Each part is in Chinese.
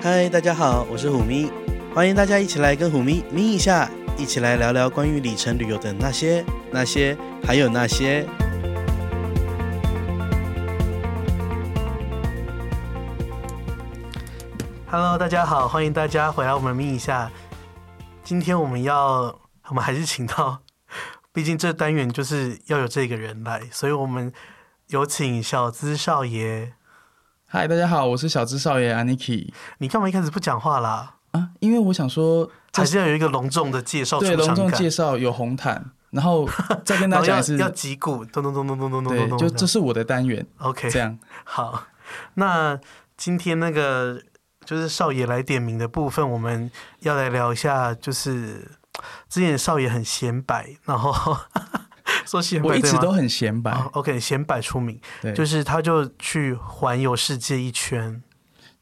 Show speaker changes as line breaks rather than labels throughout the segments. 嗨，大家好，我是虎咪，欢迎大家一起来跟虎咪咪一下，一起来聊聊关于里程旅游的那些、那些，还有那些。Hello，大家好，欢迎大家回来我们咪一下。今天我们要，我们还是请到， 毕竟这单元就是要有这个人来，所以我们有请小资少爷。
嗨，大家好，我是小资少爷 Aniki
你干嘛一开始不讲话啦？
啊，因为我想说，
还是要有一个隆重的介绍
对
出
隆
场
重
感
介。绍有红毯，然后再跟
然
大
后
家讲
要
一次，
要击鼓，咚咚咚咚咚咚咚
对
咚，咚，
就这是我的单元，
OK
这样
好。那今天那个就是少爷来点名的部分，我们要来聊一下，就是之前少爷很显摆，然后 说显摆
我一直
对吗
都很显摆，
哦 OK 显摆出名，
对，就
就是是他就去环游世界一圈，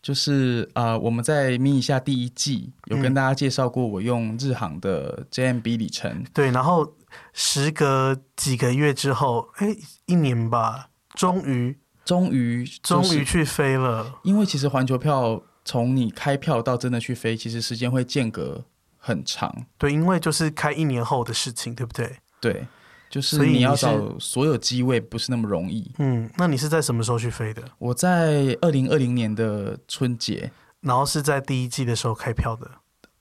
就是呃，我们在咪一下第一季有
嗯
跟大家介绍过，我用日航的 JMB 里程，
对，然后时隔几个月之后，哎，一年吧，终于
终于就
终
是
于，去飞了，
因为其实环球票从你开票到真的去飞，其实时间会间隔很长，
对，因为就是开一年后的事情，对不对？
对，就是
所以
你
你
要
是
找所有机位不是那么容易。
嗯，那你是在什么时候去飞的？
我在二零二零年的春节，
然后是在第一季的时候开票的。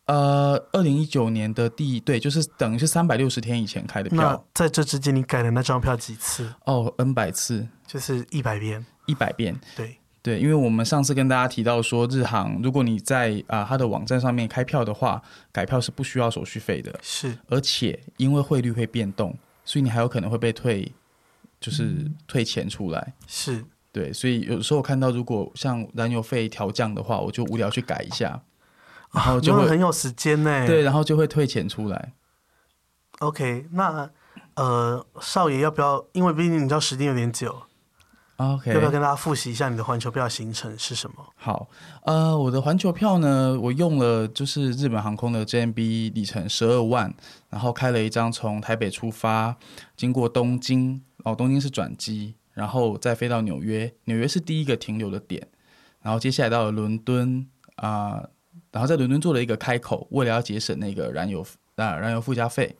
呃，二零一九年的第对，就是等于是三百六十天以前开的
那
票，
在这之间，你改了那张票几次？
哦，n 百次，
就是一百遍。
一百遍。
对，
对，因为我们上次跟大家提到说，日航如果你在啊、它的网站上面开票的话，改票是不需要手续费的，
是
而且因为汇率会变动，所以你还有可能会被退，就是退钱出来。
是。
对，所以有时候我看到如果像燃油费调降的话，我就无聊去改一下，然后就
因为
会、
很有时间呢、
对，然后就会退钱出来。
，OK，那呃，少爷要不要？因为毕竟你知道时间有点久，
OK，
要不要跟大家复习一下你的环球票行程是什么？
好，呃，我的环球票呢，我用了就是日本航空的 JMB 里程十二万，然后开了一张从台北出发，经过东京，哦，东京是转机，然后再飞到纽约，纽约是第一个停留的点，然后接下来到了伦敦啊、然后在伦敦做了一个开口，为了要节省那个燃油啊、燃油附加费，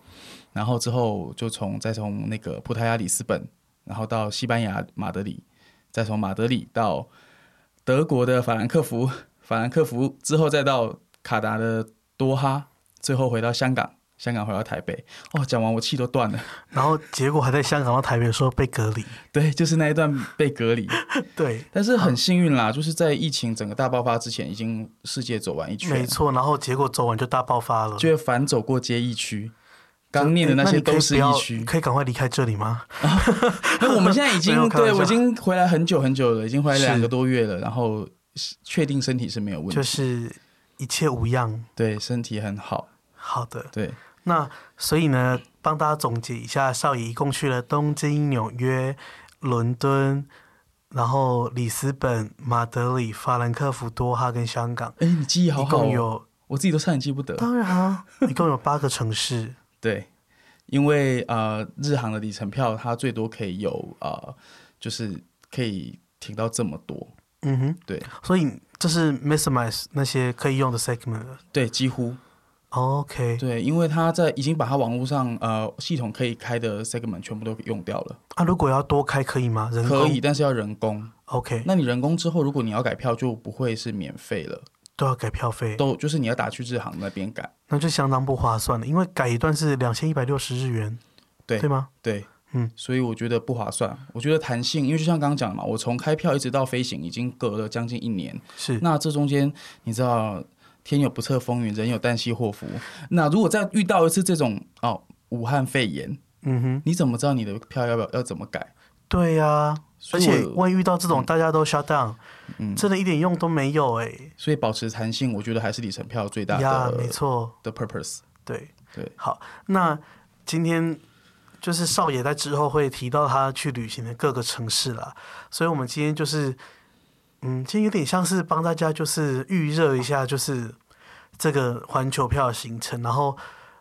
然后之后就从再从那个葡萄牙里斯本，然后到西班牙马德里，再从马德里到。德国的法兰克福，法兰克福之后再到卡达的多哈，最后回到香港，香港回到台北。哦，讲完我气都断了。
然后结果还在香港到台北的时候被隔离。
对，就是那一段被隔离，
对，
但是很幸运啦，就是在疫情整个大爆发之前，已经世界走完一
没
圈，
错。然后结果走完就大爆发了。
就会反走过街疫区。刚念的
那
那
哎
些
你可以
都是
不要
疫区，
可以赶快离开这里吗？
因 为我们现在已
没有
经
开玩
对
笑
我已经回来很久很久了，已经回来
是
两个多月了，然后确定身体是没有问
就
题，
是一切无恙。
对身体很好，
好的，
对，
那所以呢，帮大家总结一下，少爷一共去了东京、纽约、伦敦，然后里斯本、马德里、法兰克福、多哈跟香港，
哎，你记忆好
一
好、
共
哦，
有
我自己都差点记不得。
当然啊， 一共有八个城市。
对，因为呃，日航的里程票它最多可以有呃，就是可以停到这么多，
嗯哼，
对
所以这是 Maximize 那些可以用的 segment 了。
对，几乎
OK，
对，因为它在已经把它网络上呃系统可以开的 segment 全部都用掉了，
啊，如果要多开可以吗？人工
可以，但是要人工。
OK，
那你人工之后，如果你要改票，就不会是免费了，
都要改票费，
都就是你要打去日航那边改。
那就相当不划算了，因为改一段是两千一百六十日元，
对
对吗？
对，
嗯，
所以我觉得不划算。我觉得弹性，因为就像刚刚讲的嘛，我从开票一直到飞行已经隔了将近一年，
是，
那这中间，你知道天有不测风云，人有旦夕祸福。那如果再遇到一次这种哦，武汉肺炎，
嗯哼。
你怎么知道你的票要不要要怎么改？
对呀、而
所以
且
我嗯
万一遇到这种大家都 shut down，、真的一点用都没有哎、
所以保持弹性，我觉得还是里程票最大
呀，
的
没错，
的 purpose。
对
啊对，
好，那今天就是少爷在之后会提到他去旅行的各个城市啦，所以我们今天就是，嗯，今天有点像是帮大家就是预热一下，就是这个环球票的行程，然后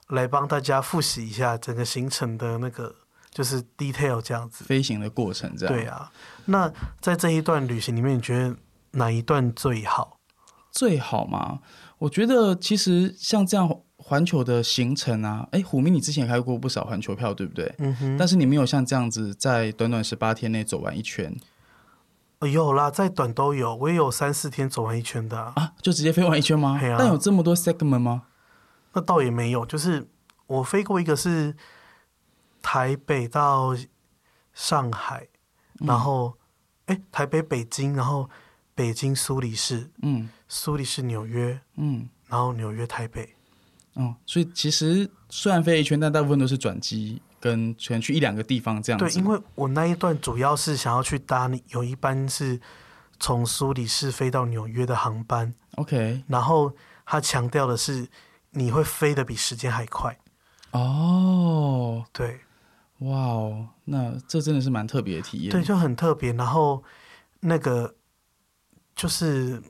来帮大家复习一下整个行程的那个就是 detail 这样子。
飞行的过程这样。
啊对啊，那在这一段旅行里面，你觉得哪一段最好？
最好吗？我觉得其实像这样环球的行程啊，哎，虎明你之前也开过不少环球票，对不对？
嗯哼，
但是你没有像这样子在短短十八天内走完一圈
呃有啦，再短都有，我也有三四天走完一圈的啊、
啊，就直接飞完一圈吗？
对啊
但有这么多 segment 吗？
那倒也没有，就是我飞过一个是台北到上海，
嗯
然后哎、诶台北北京，然后北京苏黎世，
嗯
苏黎世纽约，
嗯
然后纽约台北。
嗯，所以其实虽然飞一圈，但大部分都是转机跟全去一两个地方这样子。
对，因为我那一段主要是想要去搭有一班是从苏黎世飞到纽约的航班，
OK
然后他强调的是你会飞得比时间还快。
哦，
对
哇哦，那这真的是蛮特别的体验。
对，就很特别。然后那个就是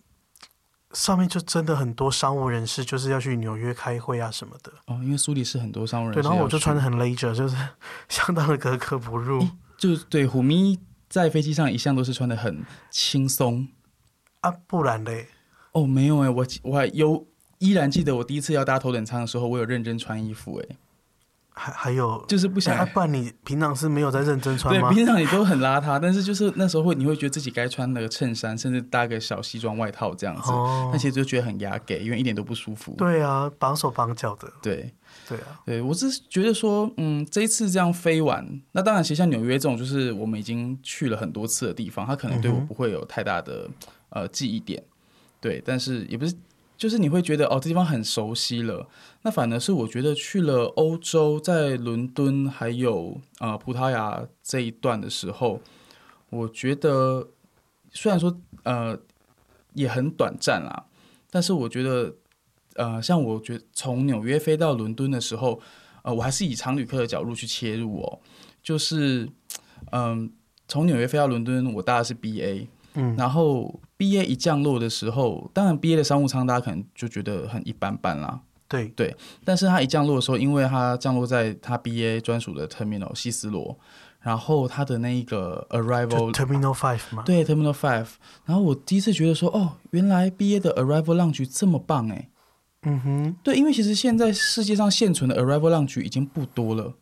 上面就真的很多商务人士就是要去纽约开会啊什么的。
哦，因为苏黎世很多商务人士
对，
要去，
然后我就穿的很 leisure，就是 相当的格格不入
咦就是对虎咪在飞机上一向都是穿的很轻松。
啊，不然嘞，
哦，没有哎、我我还有依然记得我第一次要搭头等舱的时候，我有认真穿衣服哎、
还还有
就是不想、
哎啊不然你平常是没有在认真穿
对
吗？
平常你都很邋遢，但是就是那时候会你会觉得自己该穿那个衬衫，甚至搭个小西装外套这样子，
哦
但其实就觉得很压给，因为一点都不舒服。
对啊，绑手绑脚的，
对，
对啊，
对，我只是觉得说，嗯，这一次这样飞完，那当然，其实像纽约这种，就是我们已经去了很多次的地方，它可能对我
嗯哼
不会有太大的、呃记忆点，对，但是也不是，就是你会觉得哦，这地方很熟悉了。那反而是我觉得去了欧洲，在伦敦还有呃葡萄牙这一段的时候，我觉得虽然说呃也很短暂啦，但是我觉得呃，像我觉从纽约飞到伦敦的时候，呃，我还是以常旅客的角度去切入哦，就是嗯、从纽约飞到伦敦，我搭的是 BA，
嗯
然后 BA 一降落的时候，当然 BA 的商务舱大家可能就觉得很一般般啦，
对，
但是它一降落的时候，因为它降落在它 BA 专属的 terminal 希斯罗，然后它的那一个
就
arrival
Terminal Five 嘛，
对 terminal five，然后我第一次觉得说，哦，原来 BA 的 arrival lounge 这么棒哎，
嗯哼，
对，因为其实现在世界上现存的 arrival lounge 已经不多了，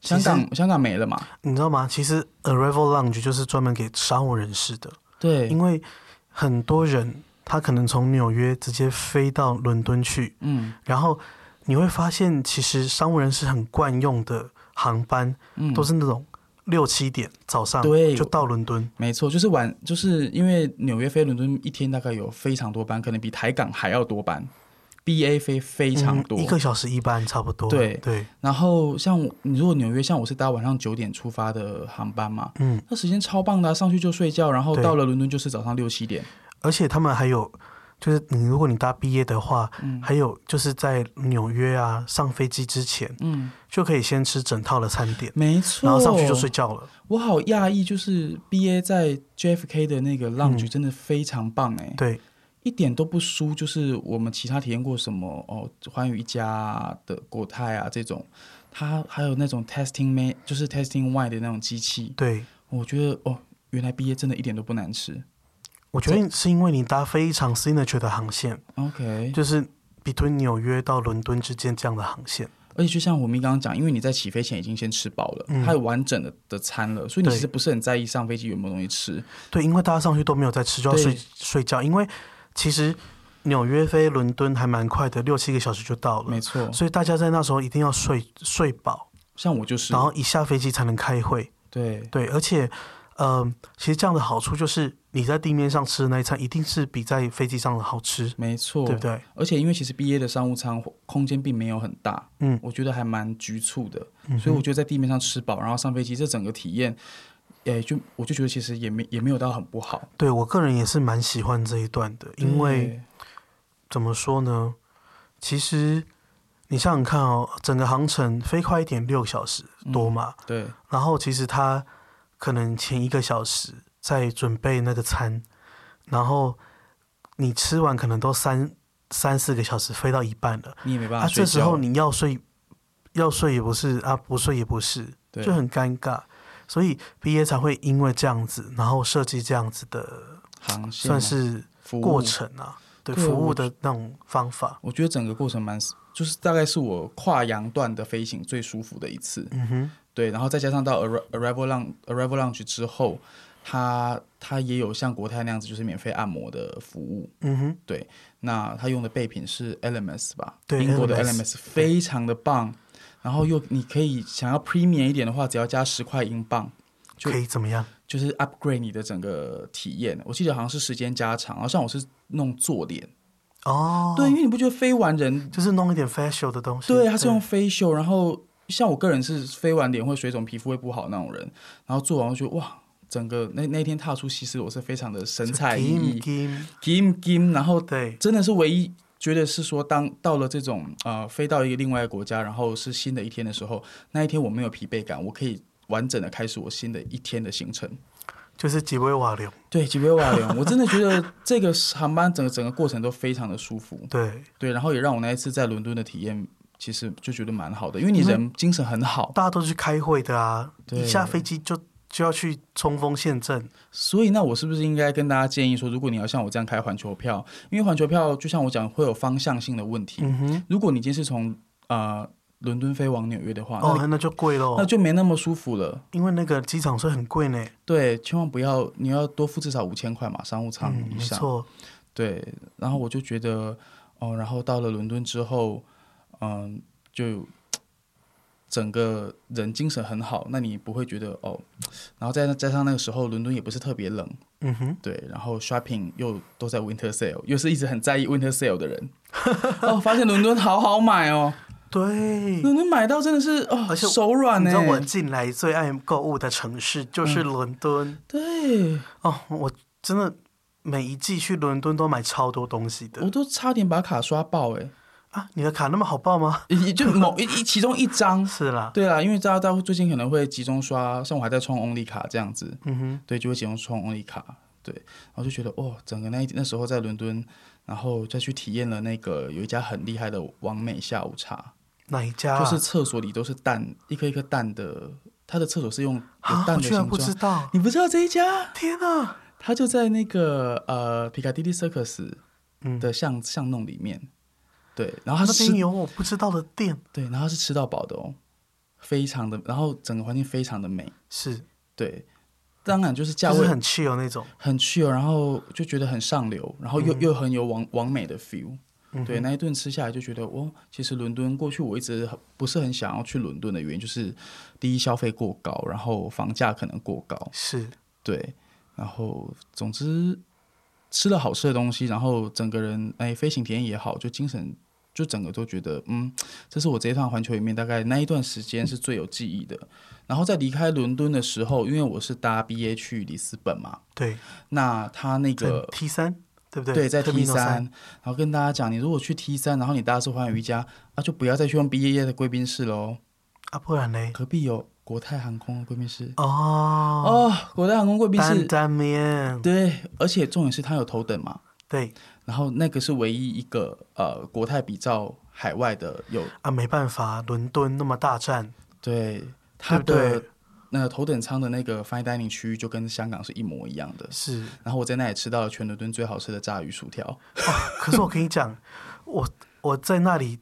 其
香
实
港香港没了嘛，
你知道吗？其实 Arrival Lounge 就是专门给商务人士的，
对
因，为很多人他可能从纽约直接飞到伦敦去，
嗯
然后你会发现，其实商务人士很惯用的航班
嗯，
都是那种六七点早上
对
就到伦敦，
没错，就是晚，就是因为纽约飞伦敦一天大概有非常多班，可能比台港还要多班，BA 飞非常
嗯
多，
一个小时一班差不多，
对
对，
然后像我你如果纽约，像我是搭晚上九点出发的航班嘛，
嗯，
那时间超棒的啊、上去就睡觉，然后
对
到了伦敦就是早上六七点。
而且他们还有，就是你如果你搭 BA 的话，
嗯
还有就是在纽约啊上飞机之前
嗯，
就可以先吃整套的餐点，
没错。
然后上去就睡。觉了。
我好讶异，就是 B A 在 J F K 的那个 lounge
嗯
真的非常棒哎、
对，
一点都不输，就是我们其他体验过什么哦，寰宇一家、啊、的国泰啊这种，它还有那种 testing man，就是 testing wine 的那种机器，
对，
我觉得哦，原来 B A 真的一点都不难吃。
我觉得是因为你搭非常 signature 的航线，
OK，
就是 between 纽约到伦敦之间这样的航线。
而且就像我们刚刚讲，因为你在起飞前已经先吃饱了，
嗯
它有完整的的餐了，所以你
对
其实不是很在意上飞机有没有东西吃。
对，因为大家上去都没有在吃，就要
对
睡睡觉。因为其实纽约飞伦敦还蛮快的，六七个小时就到了
没，错，
所以大家在那时候一定要睡睡饱，
像我就是
然，后一下飞机才能开会。
对
对，而且，呃，其实这样的好处就是，你在地面上吃的那一餐，一定是比在飞机上的好吃，
没错，
对不对？
而且因为其实 B A 的商务舱空间并没有很大，
嗯
我觉得还蛮局促的，
嗯
所以我
哼
觉得在地面上吃饱，然后上飞机，这整个体验，诶、就我就觉得其实也没也没有到很不好，
对我个人也是蛮喜欢这一段的，因为怎么说呢？其实你想想看哦，整个航程飞快一点，六个小时
嗯
多嘛，
对
然后其实他可能前一个小时在准备那个餐，然后你吃完可能都三三四个小时，飞到一半了。
你也没办
啊，
法
这
睡
时
觉，
候你要睡，要睡也不是啊，不睡也不是，
对
就很尴尬。所以 B A 才会因为这样子，然后设计这样子的
航线
算
嘛
是
服务
过程啊，对
对
服
我
务的那种方法。
我觉得整个过程蛮，就是大概是我跨洋段的飞行最舒服的一次。
嗯哼，
对，然后再加上到 arri- arrival lounge arrival lounge 之后，它它也有像国泰那样子，就是免费按摩的服务。
嗯哼，
那它用的备品是 Elements 吧？
对
英国的
Elements
Elements 非常的棒。然后又你可以想要 premium 一点的话，只要加十块英镑，就
可以怎么样？
就是 upgrade 你的整个体验。我记得好像是时间加长，然后像我是弄坐脸，
哦，
对，因，为你不觉得飞完人
就是弄一点 facial 的东西。
对，它是用飞袖，然后像我个人是飞完脸会水肿、皮肤会不好那种人，然后做完我就觉得哇，整个那那天踏出西施，我是非常的神采奕奕
game
，gim gim，然后
对，
真的是唯一觉得是说当到了这种呃飞到一个另外一个国家，然后是新的一天的时候，那一天我没有疲惫感，我可以完整的开始我新的一天的行程。
就是几位瓦流。
对，吉贝瓦连，我真的觉得这个航班整个整个过程都非常的舒服。
对，
对，然后也让我那一次在伦敦的体验，其实就觉得蛮好的，因为你
因为
人精神很好，
大家都去开会的啊，
对
一下飞机就就要去冲锋陷阵。
所以那我是不是应该跟大家建议说，如果你要像我这样开环球票，因为环球票就像我讲会有方向性的问题，
嗯哼，
如果你今天是从呃伦敦飞往纽约的话，那你、
哦，那就贵
那
喽，
就没那么舒服了。
因为那个机场税很贵呢。
对，千万不要，你要多付至少五千块嘛，商务舱
嗯，
以
没
上。
错，
对，然后我就觉得，哦，然后到了伦敦之后，嗯，就整个人精神很好，那你不会觉得哦，然后再加上那个时候伦敦也不是特别冷，
嗯哼，
对，然后 shopping 又都在 winter sale，又是一直很在意 winter sale 的 人，哦，发现伦敦好好买哦，
对。
伦敦买到真的是哦，
而且
手软
你
呢嗯
知道，我近来最爱购物的城市就是伦敦、
对
哦，我真的每一季去伦敦都买超多东西的
我都差点把卡刷爆哎，
啊！你的卡那么好报吗？
也就某一一其中一张。
是啦，
对啦，因为大家大家最近可能会集中刷，像我还在充 Only 卡这样子，
嗯哼，
对，就会集中充 Only 卡，对，然后就觉得哦，整个那一那时候在伦敦，然后再去体验了那个有一家很厉害的完美下午茶，
哪一家、啊？
就是厕所里都是蛋，一颗一颗蛋的，它的厕所是用有
啊，
蛋
我
的形
居然
状。
不知道！
你不知道这一家？
天啊，
它就在那个呃皮卡迪利 Circus
嗯，
的巷巷弄里面，对，然后它
那
是
边有我不知道的店，
对，然后它是吃到饱的哦，非常的，然后整个环境非常的美。
是，
对，当然就是价
就
位
是很 chill 那种。
很 chill，然后就觉得很上流，然后又、又很有王王美的 feel。
嗯嗯哼
对，那一顿吃下来就觉得，哦，其实伦敦过去我一直很不是很想要去伦敦的原因，就是第一消费过高，然后房价可能过高，
是，
对，然后总之吃了好吃的东西，然后整个人哎飞行体验也好，就精神就整个都觉得嗯，这是我这一趟环球里面大概那一段时间是最有记忆的。然后在离开伦敦的时候，因为我是搭 BA 去里斯本嘛，
对，
那他那
在
个
T 三，对不对？
对，在 T
Terminal
三，然后跟大家讲，你如果去 T 三，然后你搭的是环宇一家，啊，就不要再去用 BA 的贵宾室喽，
啊，不然嘞？
隔壁有国泰航空的贵宾室。
哦，
哦，国泰航空贵宾室
担担面，
对，而且重点是它有头等嘛，
对
然后那个是唯一一个呃国泰比照海外的有
啊，没办法，伦敦那么大站，
对它
对不
的
对？
那个头等舱的那个 fine dining 区域就跟香港是一模一样的。
是。
然后我在那里吃到了全伦敦最好吃的炸鱼薯条，
可是我跟你讲，我我在那里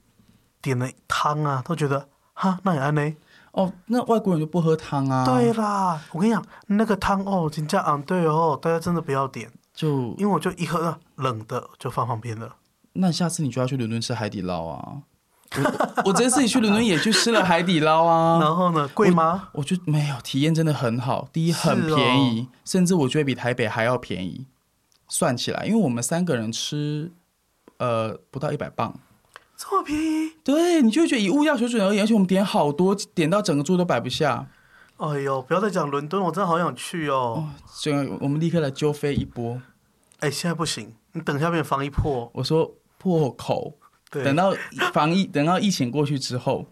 点了汤啊，都觉得哈，那也安呢。
哦，那外国人就不喝汤啊，
对，啦，我跟你讲，那个汤哦，真价昂对哦，大家真的不要点，
就
因为我就一喝到冷的就放旁边了。
那下次你就要去伦敦吃海底捞啊。我我这次也去伦敦也去吃了海底捞啊，
然后呢，贵吗？
我就没有体验真的很好，第一
是哦
很便宜，甚至我觉得比台北还要便宜。算起来，因为我们三个人吃，呃，不到一百磅，
这么便宜？
对你就会觉得以物价水准而言，而且我们点好多，点到整个桌都摆不下。
哎呦，不要再讲伦敦，我真的好想去哦。
所以我们立刻来揪飞一波。
哎、现在不行，你等一下变防疫破。
我说破口，
对，
等到防疫，等到疫情过去之后，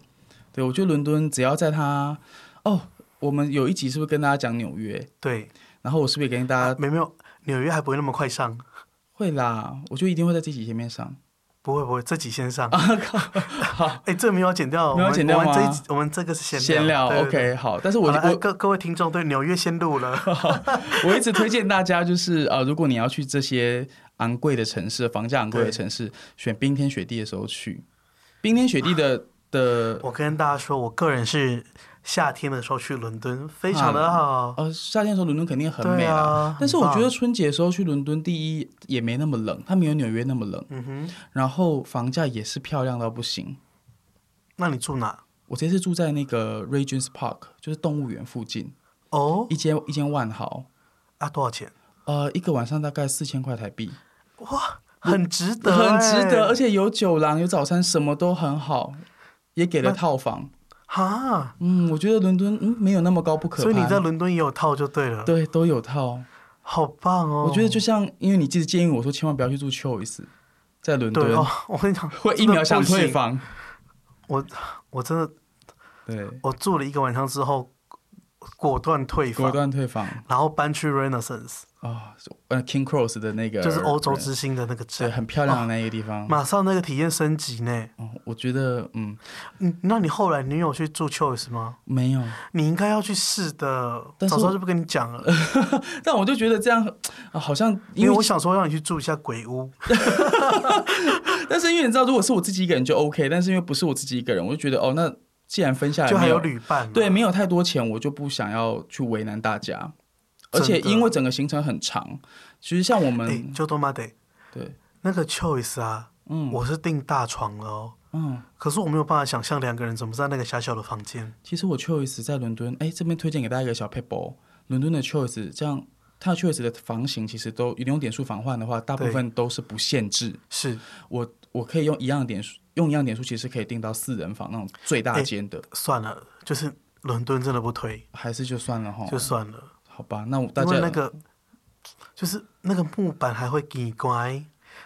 对我觉得伦敦只要在它，哦，我们有一集是不是跟大家讲纽约？
对，
然后我是不是也跟大家
没没有，纽约还不会那么快上，
会啦？我就一定会在这集前面上。
不会不会，这几先 上。啊靠！好， 哎、这没有剪掉，
没有
我们
剪掉
我们这一
吗
集我们这个是
闲
闲
聊
对
o
对
k 好。但是
对
我
好了哎
我
各各位听众对纽约先录了，
我一直推荐大家，就是呃，如果你要去这些昂贵的城市，房价昂贵的城市，选冰天雪地的时候去。冰天雪地的的
我跟大家说，我个人是夏天的时候去伦敦，非常的好。
呃，夏天的时候伦敦肯定很美
对
啦。
啊，
但是我
很
觉
棒
得春节的时候去伦敦，第一也没那么冷，它没有纽约那么冷，
嗯哼，
然后房价也是漂亮到不行。
那你住哪？
我这次住在那个 Regent's Park，就是动物园附近，
哦
一间一间万豪，
啊，多少钱？
呃，一个晚上大概四千块台币，
很值得、
很值得，而
欸。
且有酒廊、有早餐，什么都很好，也给了套房。
哈，
嗯，我觉得伦敦嗯没有那么高不可
所
攀，
以你在伦哦敦也有套就对了，
对都有套。
好棒哦！
我觉得就像因为你一直建议我说，千万不要去住 Choice，在伦敦
对哦，我跟你讲，
会一
真的
秒想
不行
退。房。
我我真的
对，
我住了一个晚上之后，果断退
果
房，
断退房
然后搬去 Renaissance，
啊，呃，King Cross 的那个
就是欧洲之哦星的那个
对，
站，
很漂亮的那个地方。
马上那个体验升级呢。
嗯，我觉得嗯
嗯，那你后来女友去住 Choice 吗？
没有，
你应该要去试的，
但
早
是我
知道就不跟你讲了。
但我就觉得这样啊好像
因
因
为
为
我想说让你去住一下鬼 屋，
但是因为你知道，如果是我自己一个人就 OK，但是因为不是我自己一个人，我就觉得哦，那既然分下来
就还
啊没
有旅伴嘛。
对没有太多钱，我就不想要去为难大家。而
真的
且因为整个行程很长，其实像我们、
哎，就他妈得
对，
那个 Choice 啊，
嗯
我是订大床了哦，
嗯，
可是我没有办法想象两个人怎么在那个狭小的房间。
其实我 Choice 在伦敦，哎，这边推荐给大家一个小 paper，伦敦的 Choice 这样。它 Choice 的房型其实都，你用点数返换的话，大部
对
分都是不限制。
是，
我我可以用一样的点数，用一样点数其实可以订到四人房那种最大
哎
间的，
算了，就是伦敦真的不推，
还是就算了哈。
就算了，
好吧，那我哦大
因
家
为那个就是那个木板还会给乖，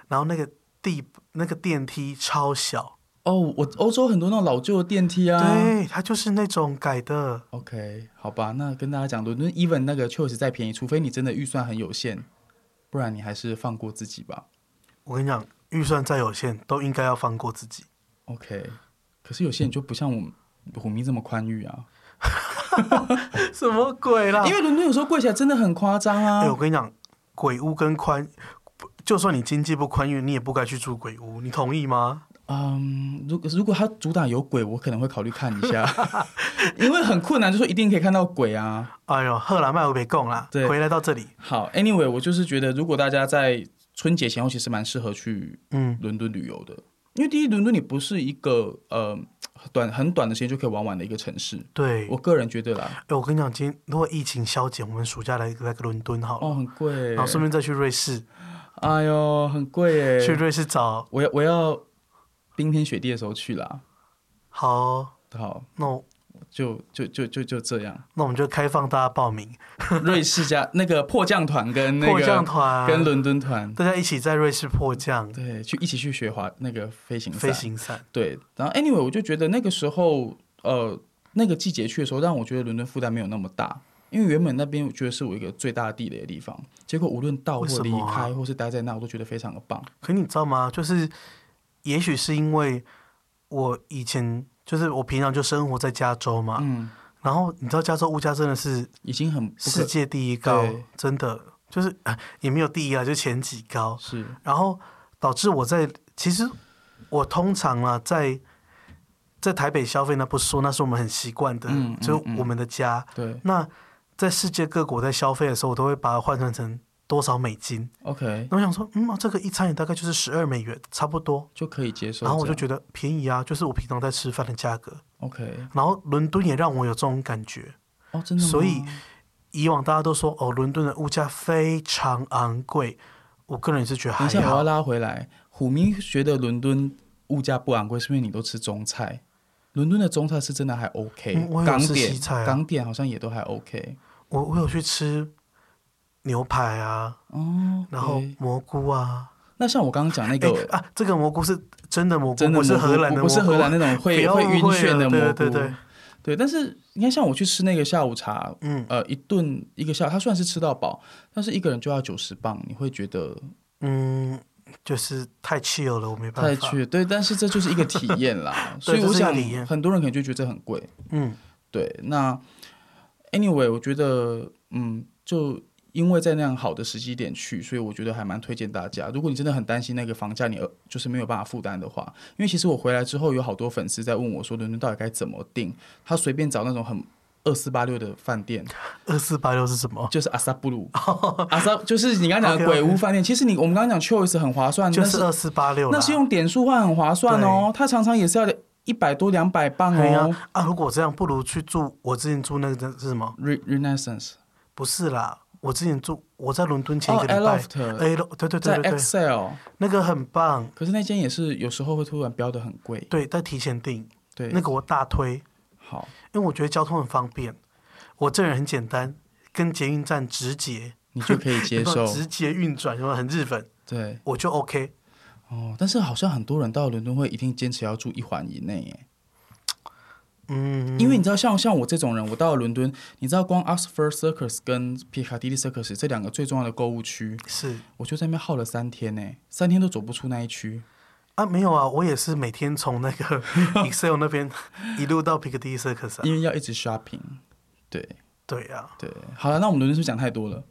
然后那个地那个电梯超小，
哦，我欧洲很多那种老旧的电梯啊。
对，它就是那种改的。
OK，好吧，那跟大家讲，伦敦 even 那个确实再便宜，除非你真的预算很有限，不然你还是放过自己吧。
我跟你讲，预算再有限，都应该要放过自己。
OK，可是有些人就不像我们虎迷这么宽裕啊，
什么鬼啦？
因为伦敦有时候贵起来真的很夸张啊
哎、。我跟你讲，鬼屋跟宽，就算你经济不宽裕，你也不该去住鬼屋，你同意吗？
嗯，如果如果它主打有鬼，我可能会考虑看一下， 因为很困难，就说一定可以看到鬼啊。
哎呦，赫兰麦我别供啦，
对
回来到这里，
好，Anyway，我就是觉得，如果大家在春节前后，其实蛮适合去
嗯，
伦敦旅游的，因为第一，伦敦你不是一个呃短很短的时间就可以玩完的一个城市，
对。
我个人觉得啦，
哎、我跟你讲，今天如果疫情消减，我们暑假来来个伦敦好了，
哦，很贵
然，后顺便再去瑞士，
哎呦，很贵
去
耶，
瑞士找
我要我要冰天雪地的时候去啦，
好哦，
好，
那我
就就就就就这 样，
那我们就开放大家报名，
瑞士加那个迫降团跟那
迫降
个
团，
跟伦敦团，
大家一起在瑞士迫降
对，去一起去学滑那个飞行伞
飞行伞，
对，然后 anyway，我就觉得那个时候，呃，那个季节去的时候，让我觉得伦敦负担没有那么大，因为原本那边我觉得是我一个最大的地雷的地方，结果无论到
为
或
什
离
么啊
开或是待在那，我都觉得非常的棒。
可你知道吗？就是，也许是因为我以前就是我平常就生活在加州嘛，
嗯，
然后你知道加州物价真的是
已经很不
世
可
界第一高
对，
真的就是、 呃也没有第一啊，就前几高。
是
然后导致我在其实我通常啊在在台北消费那不说，那是我们很习惯的，
嗯嗯
就
嗯
我们的家。
对
那在世界各国在消费的时候，我都会把它换算成多少美金。
，OK
那我想说，嗯，啊这个一餐也大概就是十二美元，差不多。
就可以接受这
然
样。
后我就觉得便宜啊，就是我平常在吃饭的价格。
OK
然后伦敦也让我有这种感觉。
哦，真的吗？
所以以往大家都说哦，伦敦的物价非常昂贵，我个人也是觉得还
等一下我要
好。
拉回来，虎明觉得伦敦物价不昂贵，是因为你都吃中菜。伦敦的中菜是真的还 OK，、
嗯我有
港
吃
点
西菜啊
港点好像也都还 OK
我我有去吃牛排啊，
哦。
然后
OK
蘑菇啊，
那像我刚刚讲那
哎、
个
啊，这个蘑菇是真的蘑菇，
真的
不是
蘑菇
荷兰的蘑菇，
不是荷兰那种
不
会
要
会
误
晕
会
眩
了
的蘑
对
菇，
对对对，
对但是你看，像我去吃那个下午茶，
嗯
呃，一顿一个下午，它算是吃到饱，但是一个人就要九十磅，你会觉得
嗯，就是太 chill 了，我没办
太
法。
去对，但是这就是一个体验 啦。所以
啊这
我
是一个
想
体验
很多人可能就觉得这很贵，
嗯，
对，那 anyway，我觉得嗯，就因为在那样好的时机点去，所以我觉得还蛮推荐大家。如果你真的很担心那个房价，你呃就是没有办法负担的话，因为其实我回来之后有好多粉丝在问我说，伦敦到底该怎么订？他随便找那种很二四八六的 饭店，
二四八六是什么？
就是阿萨布鲁，
哦
阿萨就是你刚刚讲的鬼屋饭店。其实你我们刚刚讲 Choice 很划算，
就
但
是二四八六啦。
啊那是用点数换很划算哦，它常常也是要一百多两百磅
对呀
哦。
啊如果这样，不如去住我之前住那个是什么？
Re Renaissance
不是啦，我之前住我在伦敦前一
哦
个礼拜。
，Aloft
A 楼，对对对
在
对对，
Excel，
那个很棒，
可是那间也是有时候会突然标的很贵。
对，但提前订，
对，
那个我大推，
好，
因为我觉得交通很方便。我这人很简单，跟捷运站直接
你就可以接
有没
受
有。直接运转，什么很日本，
对
我就 OK。
哦，但是好像很多人到伦敦会一定坚持要住一环以内耶。
嗯，
因为你知道，像像我这种人，我到了伦敦，你知道光 Oxford Circus 跟皮卡迪利 Circus 这两个最重要的购物区，
是
我就在那边耗了三天呢，三天都走不出那一区。
啊，没有啊，我也是每天从那个 Excel 那边一路到 Piccadilly Circus 啊。
因为要一直 shopping。对
对啊，
对，好了，那我们伦敦是不是讲太多了？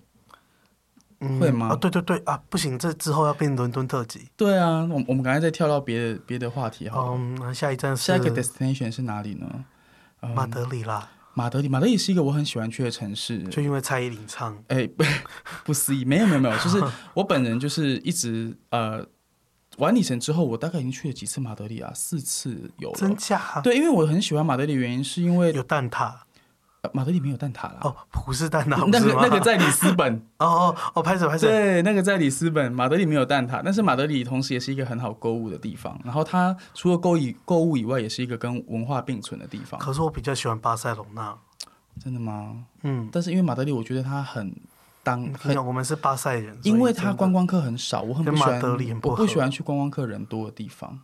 嗯、
会吗
啊，对对对啊，不行，这之后要变伦敦特辑。
对啊，我们我们赶快再跳到别的别的话题好了。
嗯，那下一站是
下一个嗯 destination 是哪里呢？
马德里啦，
马德里，马德里是一个我很喜欢去的城市。
就因为蔡依林唱。
哎、 不不思议，没有没有 没有，就是我本人就是一直呃玩里程之后，我大概已经去了几次马德里啊，四次有
真
了。
假？
对，因为我很喜欢马德里，原因是因为、
有蛋挞
呃马德里没有蛋挞啦，
哦，葡式蛋挞
那
不
个
是吗
那个在里斯本，
哦哦哦，拍手拍手，
对，那个在里斯本，马德里没有蛋挞，但是马德里同时也是一个很好购物的地方。然后它除了购以购物以外，也是一个跟文化并存的地方。
可是我比较喜欢巴塞隆纳。
真的吗？
嗯，
但是因为马德里，我觉得它很当
你
嗯很，
看我们是巴塞人，
因为
所以真
它
的
观光客很少，我很不
跟
喜
马
欢，
德里很不
我不
合
喜欢去观光客人多的地方。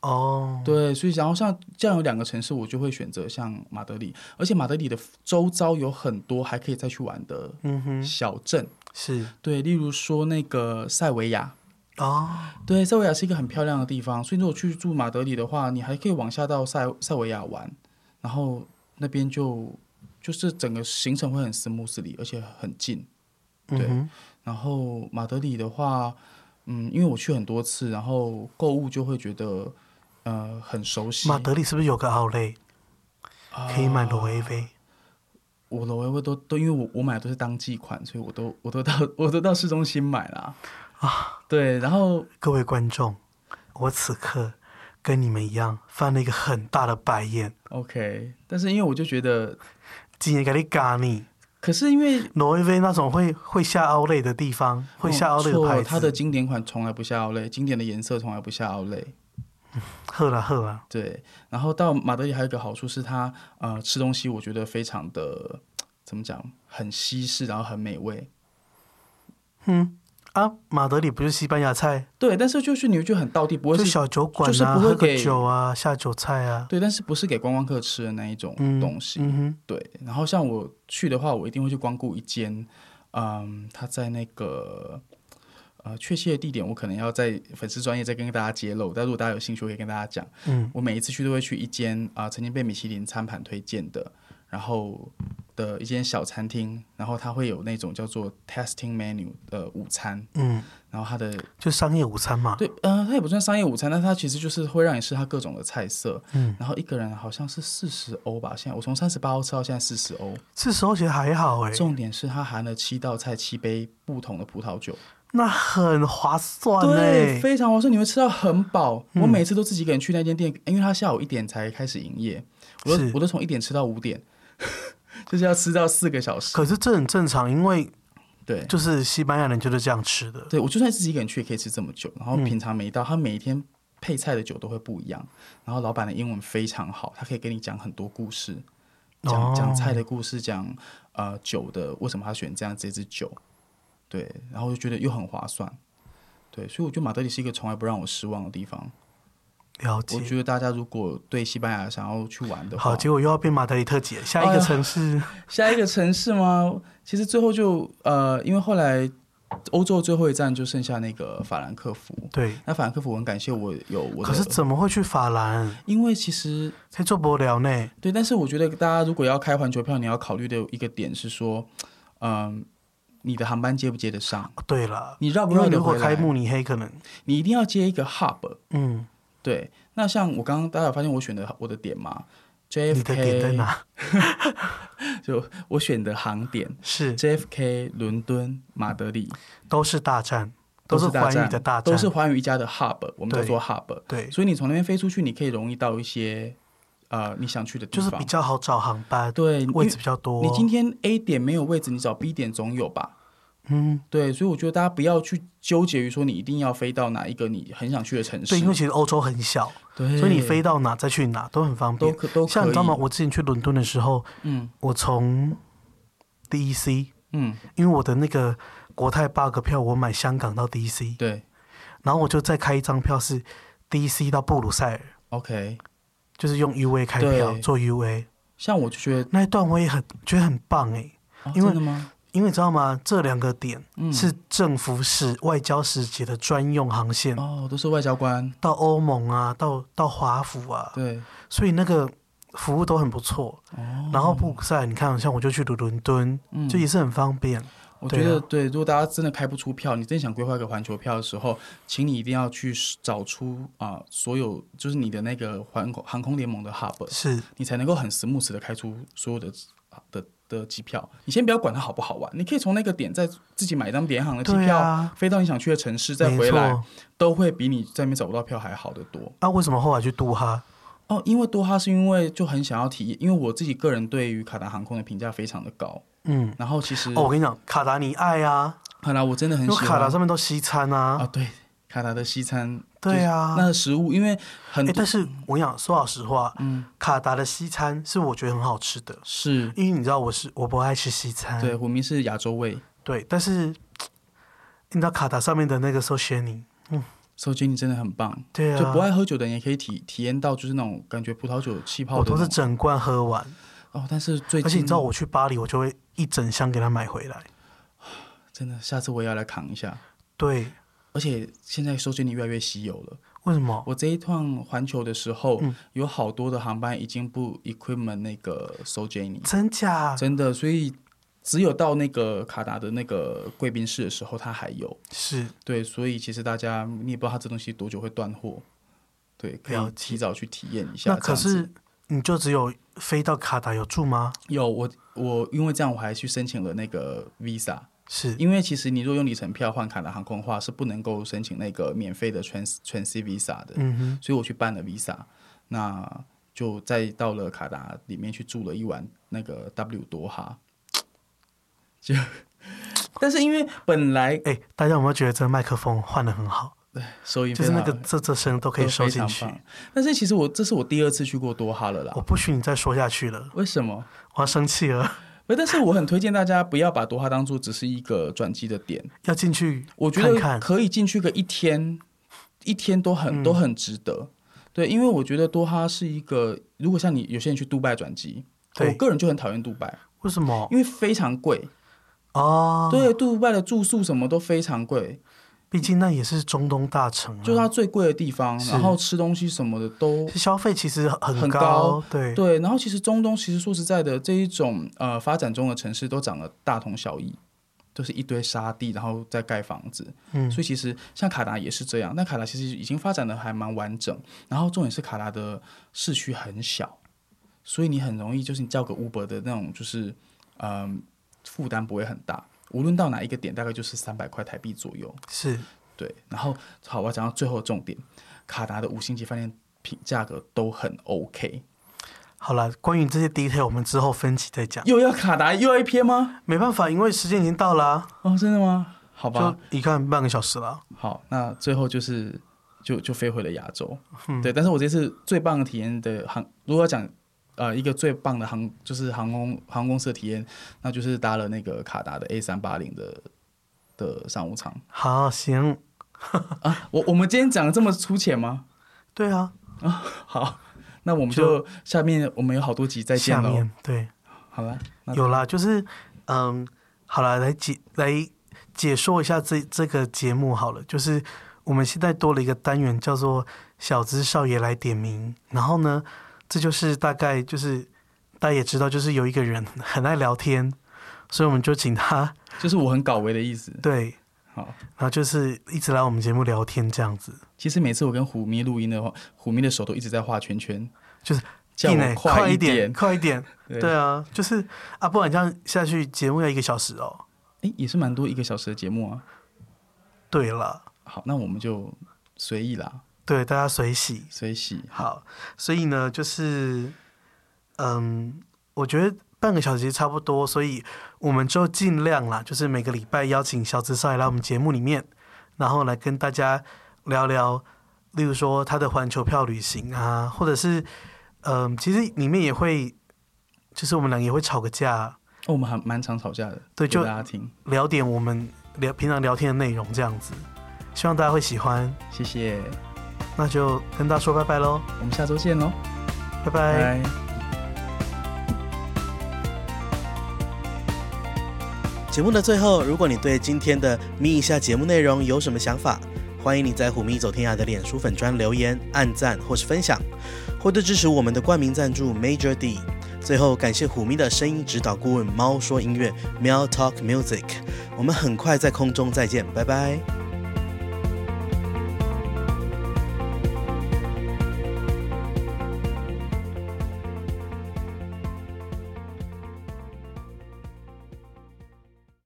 哦，
对，所以然后像这样有两个城市，我就会选择像马德里，而且马德里的周遭有很多还可以再去玩的
嗯哼，
小镇。
是
对，例如说那个塞维亚。
哦，
对，塞维亚是一个很漂亮的地方，所以如果去住马德里的话，你还可以往下到塞塞维亚玩，然后那边就就是整个行程会很 smoothly，而且很近。对
嗯哼，
然后马德里的话，嗯，因为我去很多次，然后购物就会觉得呃很熟悉。
马德里是不是有个奥莱
啊
可以买罗威威？
我的微微都都因为我我买的都是当季款，所以我都我都到 我都到市中心买啦。啊，对，然后
各位观众，我此刻跟你们一样翻了一个很大的白眼，
OK，但是因为我就觉得，
今年给你嘎你。
可是因为
挪威威那种会会下奥类的地方，会下奥类的
哦错
牌
它
子，
的经典款从来不下奥类，经典的颜色从来不下奥类。
喝啦喝啦，
对，然后到马德里还有一个好处是它呃吃东西，我觉得非常的怎么讲，很西式，然后很美味。
嗯啊，马德里不是西班牙菜，
对，但是就是你会觉得很道地，不会
就是小酒馆啊，
就是不会
喝个
给
酒啊，下酒菜啊，
对，但是不是给观光客吃的那一种
嗯，
东西。
嗯哼，
对，然后像我去的话，我一定会去光顾一间，嗯，它在那个呃确切的地点，我可能要在粉丝专业再跟大家揭露。但如果大家有兴趣，我可以跟大家讲。
嗯，
我每一次去都会去一间啊、曾经被米其林餐盘推荐的，然后的一间小餐厅，然后它会有那种叫做 testing menu 的午餐，
嗯，
然后它的
就商业午餐嘛，
对，呃，它也不算商业午餐，但它其实就是会让你试它各种的菜色，
嗯，
然后一个人好像是四十欧吧，现在我从三十八欧吃到现在四十欧，
这时候其实还好哎、
重点是它含了七道菜、七杯不同的葡萄酒，
那很划算
对，
哎、
非常划算，你会吃到很饱。
嗯
我每次都自己一个人去那间店，因为它下午一点才开始营业，我都
是
我都从一点吃到五点， 就是要吃到四个小时。
可是这很正常，因为
对，
就是西班牙人就是这样吃的，
对我就算自己一个人去也可以吃这么久。然后
嗯
平常每一道，它每一天配菜的酒都会不一样。然后老板的英文非常好，他可以跟你讲很多故事，讲
哦
讲菜的故事，讲呃酒的为什么他选这样这支酒。对，然后我就觉得又很划算。对，所以我觉得马德里是一个从来不让我失望的地方。
了
我
解。
觉得大家如果对西班牙想要去玩的话
好，，结果又要变马德里特辑了，下一
哎呀
个城市，
下一个城市吗？其实最后就呃，因为后来欧洲最后一站就剩下那个法兰克福。
对。
那法兰克福，我很感谢我有我的，
可是怎么会去法兰？
因为其实
才做不了呢。
对，但是我觉得大家如果要开环球票，你要考虑的一个点是说，嗯、你的航班接不接得上，
哦对了，
你绕不
因
绕
为
得
如
回
果
来
开，慕尼黑，可能
你一定要接一个 hub。
嗯，
对，那像我刚刚大家有发现我选的我的点嘛
你的点在
，JFK
哪？
就我选的航点
是
，JFK 伦敦马德里
都是大战，都是
是大
寰宇
战
的大战，
都是寰宇一家的 hub，我们叫
对
做 hub。
对，
所以你从那边飞出去，你可以容易到一些呃你想去的地
就是
方。
比较好找航班，
对
位。
因
置比较多。
为你今天 A 点没有位置，你找 B 点总有吧？
嗯，
对，所以我觉得大家不要去纠结于说你一定要飞到哪一个你很想去的城市。
对，因为其实欧洲很小，
对
所以你飞到哪再去哪都很方
都
便。
可都可以。
像你知道吗？我之前去伦敦的时候，
嗯
我从 DEC，
嗯，
因为我的那个国泰 bug 票，我买香港到 DEC，
对
然后我就再开一张票是 DEC 到布鲁塞尔，
，OK。
就是用 UA 开票
对
做 UA
像我就觉得，
那一段，我也很觉得很棒哎、
哦、
因为
真的吗？
因为你知道吗？这两个点
嗯，
是政府使外交使节的专用航线，
哦，都是外交官，
到欧盟啊，到到华府啊，
对，
所以那个服务都很不错。
哦，
然后布鲁塞尔，你看，像我就去伦敦，
嗯
就也是很方便。
我
对
觉得
啊
对，如果大家真的开不出票，你真的想规划一个环球票的时候，请你一定要去找出啊、所有就是你的那个航空航空联盟的 hub，
是
你才能够很 smooth 的开出所有的啊的的机票。你先不要管它好不好玩，你可以从那个点再自己买一张联航的机
对
票，
啊
飞到你想去的城市再
没
回来，
错。
都会比你在那边找不到票还好得多。
那、为什么后来去杜哈？
哦，因为多哈是因为就很想要体验，因为我自己个人对于卡达航空的评价非常的高。
嗯，
然后其实，
哦，我跟你讲，卡达你爱啊，
卡达我真的很
因
喜
为
欢
卡达上面都西餐啊。
啊，对，卡达的西餐，
对啊
就是那个食物，因为很
哎、
多
但是我跟你讲，说老实话，
嗯
卡达的西餐是我觉得很好吃的，
是，
因为你知道我是我不爱吃西餐。
对，虎迷是亚洲味。
对，但是你知道卡达上面的那个 s o c i a n i
收金你真的很棒，
对啊，
就不爱喝酒的人也可以体体验到，就是那种感觉葡萄酒气泡
我哦
的
都
那
是
种
整罐喝完，
哦。但是最近
而且你知道我去巴黎，我就会一整箱给他买回来。
真的，下次我也要来扛一下。
对，
而且现在收金你越来越稀有了。
为什么？
我这一趟环球的时候，
嗯
有好多的航班已经不 equipment 那个收金你，
真假？
真的，所以只有到那个卡达的那个贵宾室的时候，它还有。
是
对，所以其实大家你也不知道它这东西多久会断货，对，可
了
以
解
提早去体验一下。
那可
这样
是
子
你就只有飞到卡达有住吗？
有我我因为这样我还去申请了那个 Visa，
是
因为其实你如果用里程票换卡达航空的话是不能够申请那个免费的 Trans Trans Visa 的，
嗯哼，
所以我去办了 Visa，那就再到了卡达里面去住了一晚那个 W 多哈， 就但是因为本来
哎、大家有没有觉得这个麦克风换的很好？
收音
就是
非
那
常
个这这声都可以收进。
都非常
去。哦
棒但是其实我这是我第二次去过多哈了啦
我。不许你再说下去了，
为什么？
我要生气了。
不，但是我很推荐大家不要把多哈当做只是一个转机的点，
要进去，
我觉得
看看，嗯
可以进去个一天，一天都很、都很值得。对，因为我觉得多哈是一个，如果像你有些人去杜拜转机，我
对，
个人就很讨厌杜拜，
为什么？
因为非常贵。
哦，，
对，杜拜的住宿什么都非常贵，
毕竟那也是中东大城、啊，
就是它最贵的地方，
是
然后吃东西什么的都
消费其实很
很
高
高
对，
对，然后其实中东其实说实在的，这一种呃发展中的城市都长得大同小异，就是一堆沙地，然后再盖房子。
嗯，
所以其实像卡达也是这样，但卡达其实已经发展的还蛮完整。然后重点是卡达的市区很小，所以你很容易就是你叫个 Uber 的那种，就是嗯、负担不会很大。无论到哪一个点，大概就是三百块台币左右。
是
对，然后好，我要讲到最后的重点，卡达的五星级饭店品价格都很 OK。
好了。关于这些 detail，我们之后分期再讲。
又要卡达又要一篇吗？
没办法，因为时间已经到了啊、
哦，真的吗？好吧
就，一看半个小时了。
好，那最后就是就就飞回了亚洲。
嗯
对，但是我这次最棒的体验的航，如果要讲呃一个最棒的航就是航空航空公司的体验，那就是搭了那个卡达的 A 三八零的的商务舱
好，行，
啊。我我们今天讲的这么粗浅吗？
对啊，
好，那我们就下面我们有好多集再见
下
喽。
面对
好了，那
有啦，就是嗯，好了，来解来解说一下这这个节目好了，就是我们现在多了一个单元叫做“小资少爷来点名”，然后呢， 这就是大概就是大家也知道，就是有一个人很爱聊天，所以我们就请他
就是我很搞维的意思。
对，
好，
然后就是一直来我们节目聊天这样子，
其实每次我跟虎咪录音的话，虎咪的手都一直在画圈圈，
就是
叫
进来
我
快
一
点，
点。
快一点，
对
对啊，就是啊，不然这样下去节目要一个小时哦。
哎，也是蛮多一个小时的节目啊。
对了，
好，那我们就随意啦，
对，大家随喜。
随喜。
好，所以呢，就是，嗯，我觉得半个小时差不多，所以我们就尽量啦，就是每个礼拜邀请小资少爷来我们节目里面，然后来跟大家聊聊，例如说他的环球票旅行啊，或者是，嗯，其实里面也会，就是我们俩也会吵个架，
哦，我们还蛮常吵架的，
对
给
就
大家听，
聊点我们聊平常聊天的内容这样子，希望大家会喜欢，
谢谢，
那就跟大家说拜拜喽，
我们下周见喽，
拜拜。
拜。
节目的最后，如果你对今天的咪一下节目内容有什么想法，欢迎你在虎咪走天涯的脸书粉专留言、按赞或是分享，或者支持我们的冠名赞助 Major D。最后，感谢虎咪的声音指导顾问猫说音乐 Meow Talk Music。我们很快在空中再见，拜拜。